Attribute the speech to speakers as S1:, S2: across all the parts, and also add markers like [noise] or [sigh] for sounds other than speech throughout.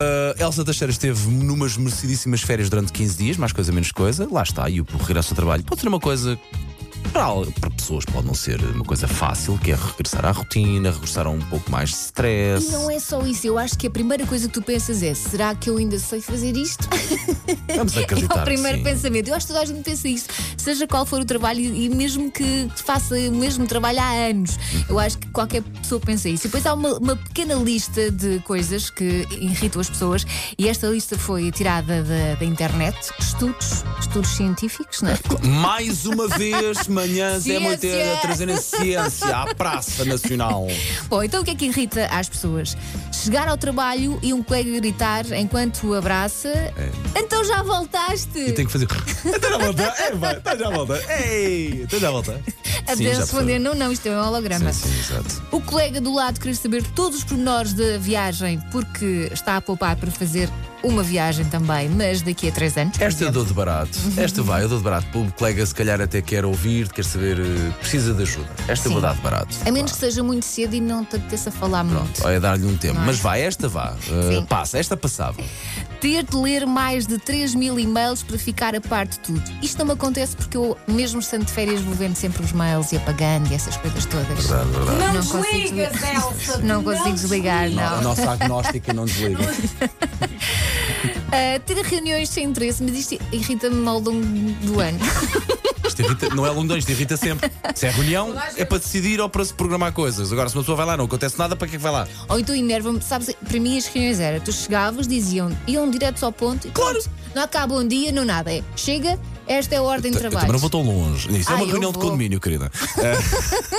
S1: Uh, Elsa Teixeira esteve numas merecidíssimas férias durante 15 dias, mais coisa menos coisa. Lá está, e o regresso ao trabalho pode ser uma coisa. Para, al- para pessoas pode não ser uma coisa fácil, que é regressar à rotina, regressar a um pouco mais de
S2: E
S1: stress.
S2: não é só isso, eu acho que a primeira coisa que tu pensas é: será que eu ainda sei fazer isto?
S1: Vamos
S2: [laughs] é
S1: acreditar.
S2: o primeiro
S1: que sim.
S2: pensamento. Eu acho que toda a gente pensa isto, seja qual for o trabalho, e mesmo que faça o mesmo trabalho há anos,
S1: Uhum.
S2: eu acho que qualquer pessoa pensa isso. E depois há uma, uma pequena lista de coisas que irritam as pessoas, e esta lista foi tirada da, da internet, estudos, estudos científicos, não é?
S1: Mais uma vez, manhãs é muito
S2: Ciência.
S1: a trazer a ciência à Praça Nacional.
S2: Bom, então o que é que irrita às pessoas? Chegar ao trabalho e um colega gritar enquanto o abraça.
S1: É.
S2: Então já voltaste!
S1: Eu tenho que fazer. Estás à volta? É, vai, estás à volta. Ei, estás à volta.
S2: A
S1: Sim,
S2: poder
S1: já
S2: responder, não, não, isto é um holograma.
S1: percebi. Sim, sim, exato.
S2: O colega do lado querer saber todos os pormenores da viagem porque está a poupar para fazer uma viagem também, mas daqui a três anos. por
S1: Esta eu
S2: exemplo.
S1: dou de barato. Esta vai, eu dou de barato. O colega, se calhar, até quer ouvir, quer saber, eh, precisa de ajuda. Esta eu vou
S2: Sim.
S1: dar de barato.
S2: A menos que seja muito cedo e não te apeteça falar muito.
S1: é Pronto, olha, dar-lhe um tempo.
S2: Não é?
S1: Mas vai, esta vá. Eh,
S2: Sim.
S1: passa, esta passava.
S2: Ter de ler mais de 3 mil e-mails para ficar a par de tudo. Isto não me acontece porque eu, mesmo estando de férias, vou vendo sempre os mails e apagando e essas coisas todas.
S1: Verdade, verdade.
S2: Não,
S3: Não
S2: consigo,
S3: desligas, Elsa.
S2: não consigo desligar, não.
S1: A nossa agnóstica não desliga.
S2: Ah, ter reuniões sem interesse, mas isto irrita-me ao longo do ano.
S1: Isto irrita, não é longão, isto irrita sempre. Se é reunião, é para decidir ou para se programar coisas. Agora, se uma pessoa vai lá, não acontece nada, para que é que vai lá?
S2: Ou então enerva-me, sabes? Para mim as reuniões era, tu chegavas, diziam, iam direto ao ponto e
S1: Claro.
S2: pronto, não há cá bom dia, não nada. É, chega, esta é a ordem de
S1: Então, Eu
S2: trabalho.
S1: também não vou tão longe. Isso é
S2: Ah,
S1: uma
S2: eu
S1: reunião de
S2: vou.
S1: condomínio, querida. [laughs] Ah,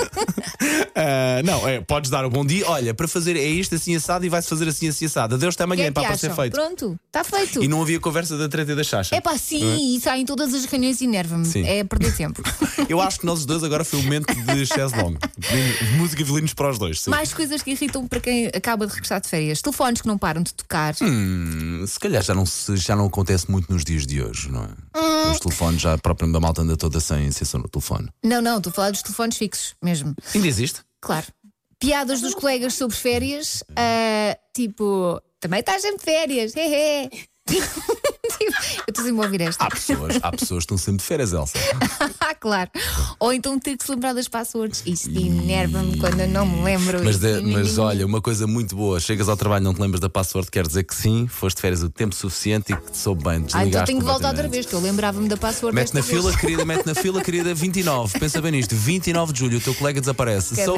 S1: ah, não, é, podes dar o bom dia. Olha, para fazer é isto assim assado e vai-se fazer assim assim assado. Adeus até
S2: O que
S1: amanhã,
S2: é que
S1: para ser
S2: acham?
S1: feito.
S2: Pronto, está feito.
S1: E não havia conversa da treta e da chacha.
S2: É pá, sim, e saem todas as reuniões e enerva-me.
S1: [laughs] Sim.
S2: É perder tempo.
S1: Eu acho que nós os dois agora foi o momento de chaise longue. De Música e violinos para os dois. Sim.
S2: Mais coisas que irritam para quem acaba de regressar de férias. Telefones que não param de tocar.
S1: Hum, se calhar já não, se- já não acontece muito nos dias de hoje, não é?
S2: Hum.
S1: Os telefones já, a própria da malta anda toda sem sessão no telefone.
S2: Não, não, estou a falar dos telefones fixos mesmo.
S1: Ainda existe?
S2: Claro. Piadas dos colegas sobre férias, ah, tipo, também estás em férias, [laughs] hehe. Tipo, eu estou sempre a ouvir esta.
S1: Há pessoas, há pessoas que estão sempre de férias, Elsa.
S2: Ah, claro. Ou então ter que se lembrar das passwords. Isto enerva-me quando eu não me lembro.
S1: Mas,
S2: Isto- é Ah,
S1: de- mas olha, uma coisa muito boa: chegas ao trabalho, não te lembras da password, quer dizer que sim, foste de férias o tempo suficiente e que te soube bem.
S2: Ah, então
S1: desligaste
S2: tenho que voltar outra
S1: completamente.
S2: vez, que eu lembrava-me da password.
S1: Mete na
S2: desta vez.
S1: fila, querida, mete na fila, querida, 29. Pensa bem nisto: 29 de julho, o teu colega desaparece.
S2: Quer
S1: Só